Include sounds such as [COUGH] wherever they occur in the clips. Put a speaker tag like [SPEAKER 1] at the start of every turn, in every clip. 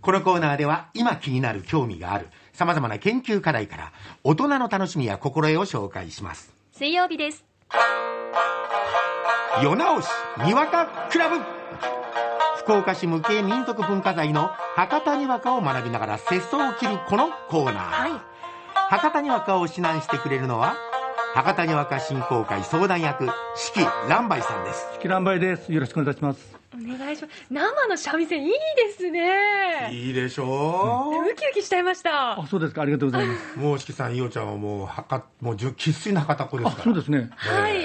[SPEAKER 1] このコーナーでは今気になる興味がある様々な研究課題から大人の楽しみや心得を紹介します。
[SPEAKER 2] 水曜日です
[SPEAKER 1] 夜直しにわかクラブ福岡市無形民族文化財の博多にわかを学びながら節操を切るこのコーナー、
[SPEAKER 2] はい
[SPEAKER 1] 博多にわかを指南してくれるのは博多にわか振興会相談役四季蘭梅さんです
[SPEAKER 3] キランバイです。よろしくお願いします。
[SPEAKER 2] お願いします生の三味線いいですね
[SPEAKER 1] いいでしょ
[SPEAKER 2] ウキウキしちゃいました
[SPEAKER 3] あ、そうですか。ありがとうございます。
[SPEAKER 1] う、もう四季さん伊代ちゃんはもう博もう生粋の博多っ子です
[SPEAKER 3] あ
[SPEAKER 1] から、
[SPEAKER 3] そうですね。
[SPEAKER 2] はい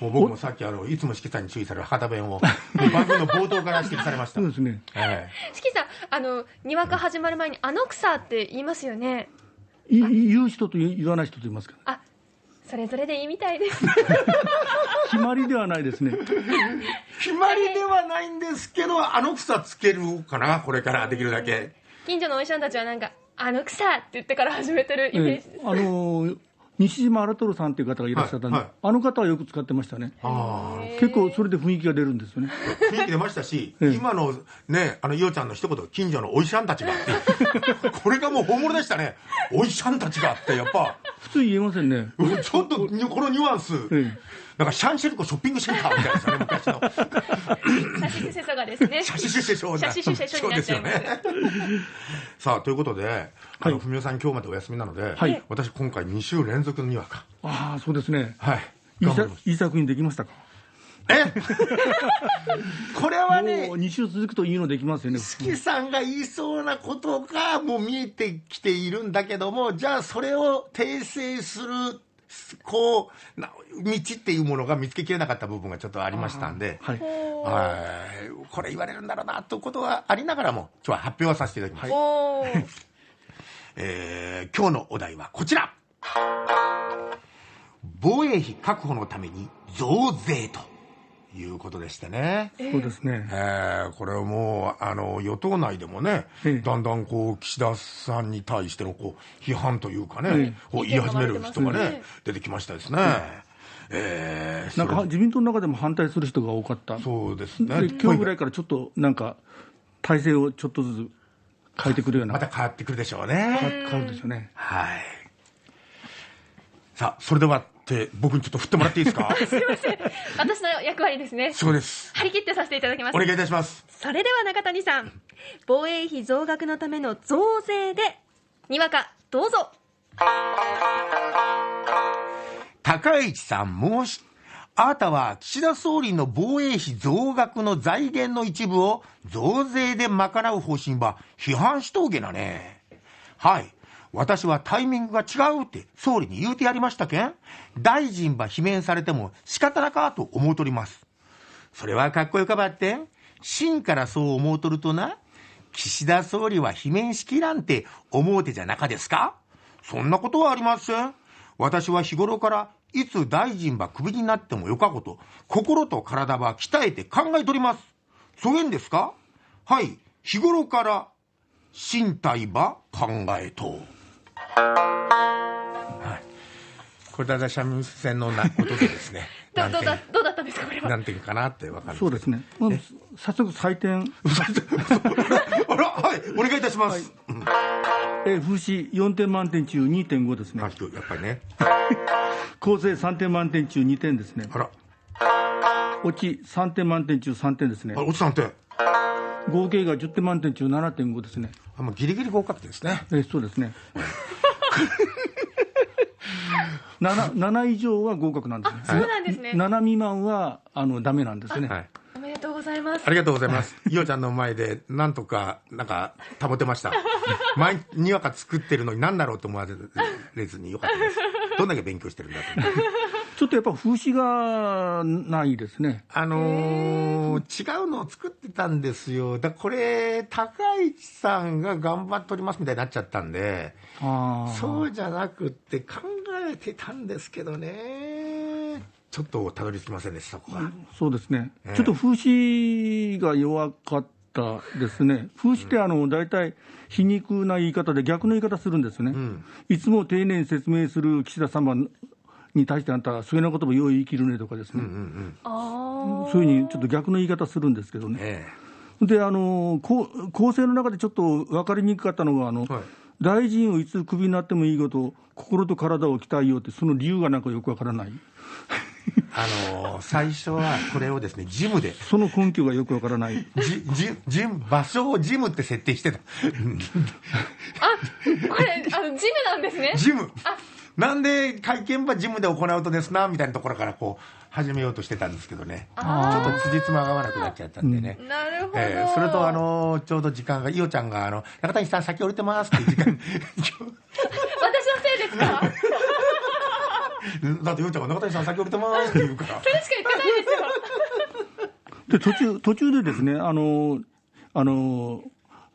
[SPEAKER 1] もう僕もさっきあのいつも四季さんに注意される博多弁 [LAUGHS] を番組の冒頭から指摘されました
[SPEAKER 3] そうですね。
[SPEAKER 1] え
[SPEAKER 2] 四季さんあのにわか始まる前にあの草って言いますよね
[SPEAKER 3] い言う人と言言わない人といますか。
[SPEAKER 2] あそれぞれでいいみたいで
[SPEAKER 1] [LAUGHS]
[SPEAKER 2] す
[SPEAKER 3] 決まりではないです [LAUGHS] ね。
[SPEAKER 1] え決まりではないんですけどあの草つけるかなこれからできるだけ
[SPEAKER 2] 近所のお医者さんたちはなんかあの草って言ってから始めてるイメー
[SPEAKER 3] え
[SPEAKER 2] ジ、
[SPEAKER 3] えあのー西島荒トさんという方がいらっしゃったんで、
[SPEAKER 1] はいはい
[SPEAKER 3] あの方はよく使ってましたね。
[SPEAKER 1] ああ
[SPEAKER 3] 結構それで雰囲気が出るんですよね。
[SPEAKER 1] 雰囲気出ましたし、
[SPEAKER 3] ええ
[SPEAKER 1] 今のね、あの、ようちゃんの一言、近所のお医者さんた [LAUGHS] ちがっていうこれがもう本物でしたね。お医者さんたちがって、やっぱ、
[SPEAKER 3] 普通言えませんね。
[SPEAKER 1] うんちょっと、このニュアンス、
[SPEAKER 3] ええ
[SPEAKER 1] なんかシャンシェルコショッピングセンターみたいですよね、昔の。
[SPEAKER 2] 写真セソがです
[SPEAKER 1] [LAUGHS]
[SPEAKER 2] ね
[SPEAKER 1] シャシシシショー
[SPEAKER 2] シャシシシショーになっちゃいます
[SPEAKER 1] そうですよねさあ、ということで、あ
[SPEAKER 3] は
[SPEAKER 1] の、
[SPEAKER 3] い
[SPEAKER 1] ふみおさん今日までお休みなので、
[SPEAKER 3] はい
[SPEAKER 1] 私今回2週連続のにわか。
[SPEAKER 3] ああ、そうですね。
[SPEAKER 1] はい。
[SPEAKER 3] いい
[SPEAKER 1] 頑張
[SPEAKER 3] さ
[SPEAKER 1] ります
[SPEAKER 3] いい作品できましたか。
[SPEAKER 1] えこれはね
[SPEAKER 3] もう、二週続くといいのできますよね。
[SPEAKER 1] 四季さんが言いそうなことがもう見えてきているんだけどもじゃあそれを訂正するこうな道っていうものが見つけきれなかった部分がちょっとありましたんで、
[SPEAKER 3] はい。
[SPEAKER 1] はいこれ言われるんだろうなということはありながらも今日は発表はさせていただきます、
[SPEAKER 2] おお
[SPEAKER 1] えー今日のお題はこちら防衛費確保のために増税ということでしてね
[SPEAKER 3] そうですね。
[SPEAKER 1] えーこれはもうあの与党内でもね、
[SPEAKER 3] ええ
[SPEAKER 1] だんだんこう岸田さんに対してのこう批判というかね、
[SPEAKER 3] え
[SPEAKER 1] こう
[SPEAKER 2] 意
[SPEAKER 1] 言い
[SPEAKER 2] 見が
[SPEAKER 1] 始める人がね、
[SPEAKER 2] 割れてますね
[SPEAKER 1] 出てきましたですね、えー
[SPEAKER 3] なんか
[SPEAKER 1] そ
[SPEAKER 3] は
[SPEAKER 1] れ
[SPEAKER 3] 自民党の中でも反対する人が多かった。
[SPEAKER 1] そうですね
[SPEAKER 3] で今日ぐらいからちょっとなんか体制をちょっとずつ変えてくるような
[SPEAKER 1] また変わってくるでしょうね、
[SPEAKER 3] 変わるんですよね
[SPEAKER 1] はいさあそれではって僕にちょっと振ってもらっていいです [LAUGHS] か
[SPEAKER 2] 私の役割です
[SPEAKER 1] [LAUGHS]
[SPEAKER 2] ね
[SPEAKER 1] そうです
[SPEAKER 2] 張り切ってさせていただきます
[SPEAKER 1] お願いいたします
[SPEAKER 2] それでは中谷さん防衛費増額のための増税でにわかどうぞ。
[SPEAKER 1] 高市さん申しあなたは岸田総理の防衛費増額の財源の一部を増税で賄う方針は批判しとうげなね。はい。私はタイミングが違うって総理に言うてやりましたけん。大臣ば罷免されても仕方なかと思うとります。それはかっこよかばってん。真からそう思うとるとな。岸田総理は罷免しきらんて思うてじゃなかですかそんなことはありません。私は日頃からいつ大臣ばクビになってもよかこと、心と体ば鍛えて考えとります。そげんですかはい。日頃から身体ば考えとう。はい。これだだ三味線のなことでですね
[SPEAKER 2] [LAUGHS] どどうだどうだったんですかこれは
[SPEAKER 1] なんていうかなってわかる。
[SPEAKER 3] そうですね、まあ早速採点
[SPEAKER 1] あら、はい、お願いいたします。
[SPEAKER 3] えー風刺4点満点中2.5ですね、
[SPEAKER 1] あ今日やっぱりね、
[SPEAKER 3] 構成3点満点中2点ですね
[SPEAKER 1] あら、
[SPEAKER 3] 落ち3点満点中3点ですね
[SPEAKER 1] あおじさんって、
[SPEAKER 3] 合計が10点満点中7.5ですね
[SPEAKER 1] あもうギリギリ合格点ですね。
[SPEAKER 3] えーそうですね 7, 7以上は合格なんですね
[SPEAKER 2] そうなんですね
[SPEAKER 3] 7未満はあのダメなんですね、
[SPEAKER 1] はい。
[SPEAKER 2] おめでとうございます
[SPEAKER 1] ありがとうございます。いおちゃんの前で、なんとか、なんか、保てました。毎日にわか作ってるのに何だろうと思われずによかったです。どんだけ勉強してるんだ [LAUGHS] と思って。
[SPEAKER 3] ちょっとやっぱ風刺がないですね
[SPEAKER 1] あのー違うのを作ってたんですよ。だこれ、高市さんが頑張っておりますみたいになっちゃったんで、
[SPEAKER 3] あー
[SPEAKER 1] そうじゃなくって考えてたんですけどね。ちょっとたどり着きませんでした、そこは。
[SPEAKER 3] そうですね、
[SPEAKER 1] ええ
[SPEAKER 3] ちょっと風刺が弱かったですね、風刺ってあの大体、皮肉な言い方で、逆の言い方するんですよね、いつも丁寧に説明する岸田様に対して、あんた、そげなこともよう言い切るねとかですね、
[SPEAKER 2] あー
[SPEAKER 3] そういうふうにちょっと逆の言い方するんですけどね、
[SPEAKER 1] ええ
[SPEAKER 3] であのこう構成の中でちょっと分かりにくかったのが、あの
[SPEAKER 1] はい
[SPEAKER 3] 大臣をいつクビになってもいいこと、心と体を鍛えようって、その理由がなんかよく分からない、
[SPEAKER 1] あのー最初はこれをですね、ジムで。
[SPEAKER 3] その根拠がよく分からない、
[SPEAKER 1] ジジジム場所をジムって設定してた。
[SPEAKER 2] これ、あの、ジムなんですね。
[SPEAKER 1] ジムなんで会見はジムで行うとですな、みたいなところからこう、始めようとしてたんですけどね。ちょっと辻褄が合わなくなっちゃったんでね。
[SPEAKER 2] なるほど。
[SPEAKER 1] えーそれと、あのーちょうど時間が、いおちゃんが、あの、中谷さん先降りてますっていう時間、
[SPEAKER 2] 私のせいですかそれしか
[SPEAKER 1] だっていおちゃんが中谷さん先降りてますって言うから。
[SPEAKER 2] 言ってないですよ。
[SPEAKER 3] で途中途中でですね、あのあの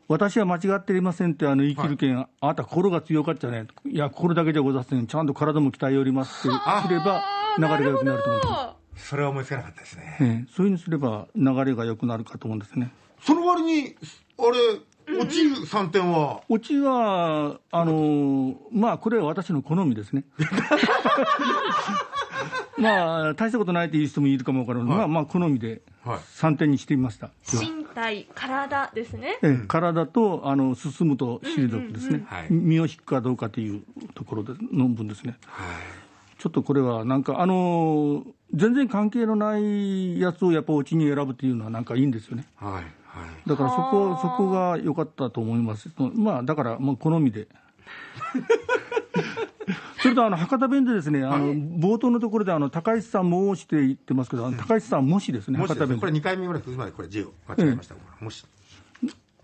[SPEAKER 3] 私は間違っていませんって、あの言い切るけん、あなた、心が強かっちゃね、いや、心だけじゃございません、ちゃんと体も鍛えおりますってすれば、流れが良くなると思うんです。
[SPEAKER 2] あ
[SPEAKER 1] [LAUGHS] それは思いつかなかったですね。
[SPEAKER 3] ええ、そういうふうにすれば流れが良くなるかと思うんですね。
[SPEAKER 1] その割に、あれ、落ちる3点は、
[SPEAKER 3] オチは、あのまあ、これは私の好みです [LAUGHS] ね。まあ、大したことないっていう人もいるかもわからない、まあ、まあ、好みで
[SPEAKER 1] はい
[SPEAKER 3] 3点にしてみました。
[SPEAKER 2] 身体、体ですね。
[SPEAKER 3] ええ体とあの進むと退くですね、
[SPEAKER 1] はい
[SPEAKER 3] 身を引くかどうかというところでの分ですね、ちょっとこれはなんか、あの全然関係のないやつをやっぱオチに選ぶっていうのは、なんかいいんですよね。
[SPEAKER 1] はい、はい。
[SPEAKER 3] だからそ
[SPEAKER 2] は
[SPEAKER 3] こ
[SPEAKER 2] あ
[SPEAKER 3] そこが良かったと思います、そのまあ、だからまあ好
[SPEAKER 1] [LAUGHS]
[SPEAKER 3] みで。それとあの博多弁でですね、あの冒頭のところであの高市さんもして言ってますけど、あの高市さんもしですね、
[SPEAKER 1] もし
[SPEAKER 3] 博
[SPEAKER 1] で
[SPEAKER 3] 多
[SPEAKER 1] すね、
[SPEAKER 3] 弁
[SPEAKER 1] これ
[SPEAKER 3] で。
[SPEAKER 1] 2回目ぐらい、今までこれ10間違えました、もし。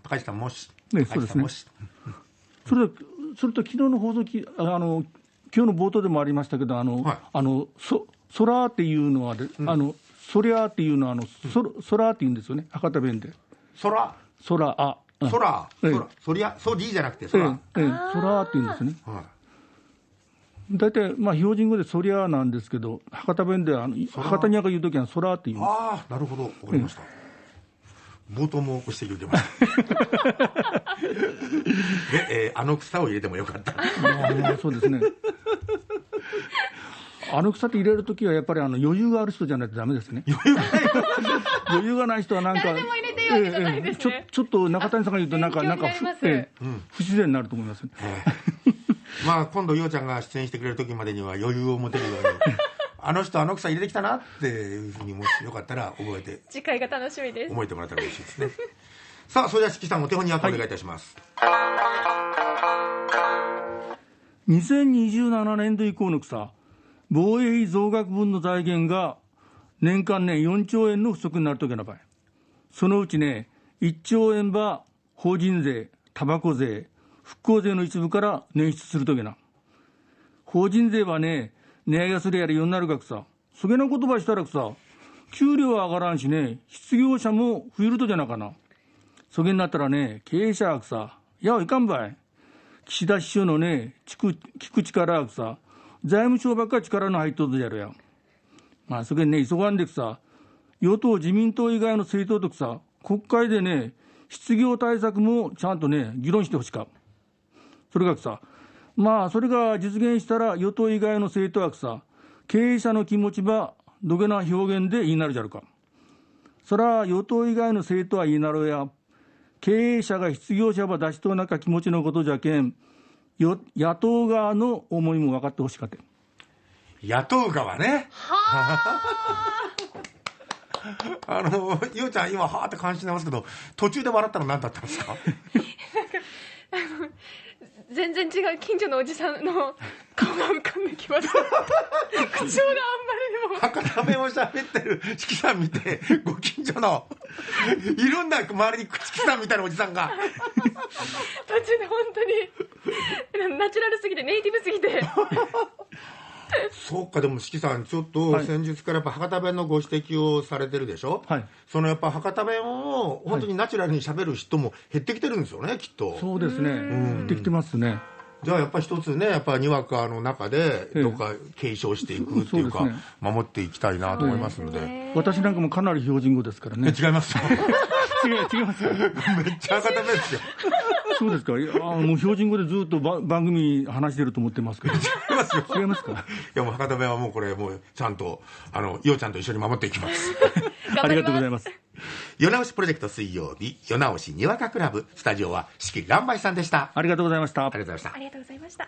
[SPEAKER 1] 高橋さん、もし。
[SPEAKER 3] ね
[SPEAKER 1] 高橋さん
[SPEAKER 3] そうですそれとそれと昨日の放送きあの今日の冒頭でもありましたけど、あの、
[SPEAKER 1] はい
[SPEAKER 3] あのそそらーっていうのはで、あのそりゃーっていうのはあのそそらーって言うんですよね、博多弁で。
[SPEAKER 1] 空、
[SPEAKER 3] そらあ。うん
[SPEAKER 1] 空、
[SPEAKER 3] ええ
[SPEAKER 1] 空、そりゃ、そりじゃなくて、
[SPEAKER 3] ええ
[SPEAKER 1] 空。はい。
[SPEAKER 3] ええそらーって言うんですね。大体、まあ、標準語でそりゃあなんですけど、博多弁ではあの博多にゃが言うときはそらーって言う。
[SPEAKER 1] ああ、なるほど、わかりました。冒頭もご指摘受けました。
[SPEAKER 3] [LAUGHS]
[SPEAKER 1] で、えーあの草を入れてもよかった。
[SPEAKER 3] ああそうですね。あの草って入れるときはやっぱりあの余裕がある人じゃないとダメですね。余裕がない人はなんか、
[SPEAKER 2] 誰でも入れていいわけじゃないですね
[SPEAKER 3] ええええちょちょっと中谷さんが言うとなんか
[SPEAKER 2] 勉強
[SPEAKER 3] な
[SPEAKER 2] に
[SPEAKER 3] ん
[SPEAKER 2] な
[SPEAKER 3] か
[SPEAKER 2] ります
[SPEAKER 3] ふええ不自然になると思います。
[SPEAKER 1] ええまあ、今度、ようちゃんが出演してくれる時までには余裕を持てるように、あの人、あの草入れてきたなっていうふうに、もしよかったら覚えて、
[SPEAKER 2] 次回が楽しみです。
[SPEAKER 1] 覚えてもらえたら嬉しいですね。さあ、それでは、四季さん、お手本に役お願いいたします。
[SPEAKER 3] 2027年度以降の草、防衛費増額分の財源が年間ね4兆円の不足になるといけない場合、そのうちね、1兆円は法人税、たばこ税、復興税の一部から捻出するといけない。法人税はね、値上げするやりようになるが草、そげな言葉したら草、給料は上がらんしね、失業者も増えるとじゃなかな。そげになったらね、経営者は草、やはいかんばい。岸田首相のね、聞く聞く力はさ、財務省ばっかり力の入っとるやろや。まあ、そげんね、急がんでくさ、与党・自民党以外の政党とくさ、国会でね、失業対策もちゃんとね、議論してほしか。それがくさ、まあ、それが実現したら、与党以外の政党はくさ、経営者の気持ちば、どげな表現で言いなるじゃるか。そら、与党以外の政党は言いなるや、経営者が失業者ば出しとうなか気持ちのことじゃけん、よ野党側の思いも分かってほしかて。
[SPEAKER 1] 雇う側ね。 [LAUGHS] あの、ゆうちゃん、今、はーって感心してますけど、途中で笑ったの何だったんですか
[SPEAKER 2] 全然違う近所のおじさんの顔が浮かんでき
[SPEAKER 3] [LAUGHS]
[SPEAKER 2] ました。口調があんまりにも。
[SPEAKER 1] 博多弁を喋ってる四季さん見て、ご近所の、いるんだ、周りに四季さんみたいなおじさんが。
[SPEAKER 2] 途中で本当に、ナチュラルすぎて、ネイティブすぎて。
[SPEAKER 1] そうか、でも四季さん、ちょっと
[SPEAKER 3] はい
[SPEAKER 1] 先日からやっぱ博多弁のご指摘をされてるでしょ、
[SPEAKER 3] はい
[SPEAKER 1] そのやっぱ博多弁を本当にナチュラルに喋る人も減ってきてるんですよね、きっと。
[SPEAKER 3] そうですね。できてますね。
[SPEAKER 1] じゃあやっぱり一つね、やっぱにわかの中で、
[SPEAKER 3] ええ
[SPEAKER 1] どっか継承していくっていうか、
[SPEAKER 3] そうですね
[SPEAKER 1] 守っていきたいなと思いますので。
[SPEAKER 3] 私なんかもかなり標準語ですからね。
[SPEAKER 1] 違いますよ。
[SPEAKER 3] [LAUGHS]
[SPEAKER 1] [LAUGHS]
[SPEAKER 3] 違う、違います。
[SPEAKER 1] めっちゃ博多弁ですよ。
[SPEAKER 3] [LAUGHS] そうですか。いやー、もう標準語でずっとば番組話してると思って [LAUGHS] ますけど。
[SPEAKER 1] 違いますよ。
[SPEAKER 3] 違いますか。 [LAUGHS]
[SPEAKER 1] いやもう博多弁はもうこれ、もうちゃんと、あの、いおちゃんと一緒に守っていきます。
[SPEAKER 3] ありがとうございます。
[SPEAKER 1] 夜直しプロジェクト水曜日、夜直しにわかクラブ、スタジオは四季乱梅さんでした。あ
[SPEAKER 3] ありがとうございました
[SPEAKER 1] りがとうございました
[SPEAKER 2] あ。りがとうございました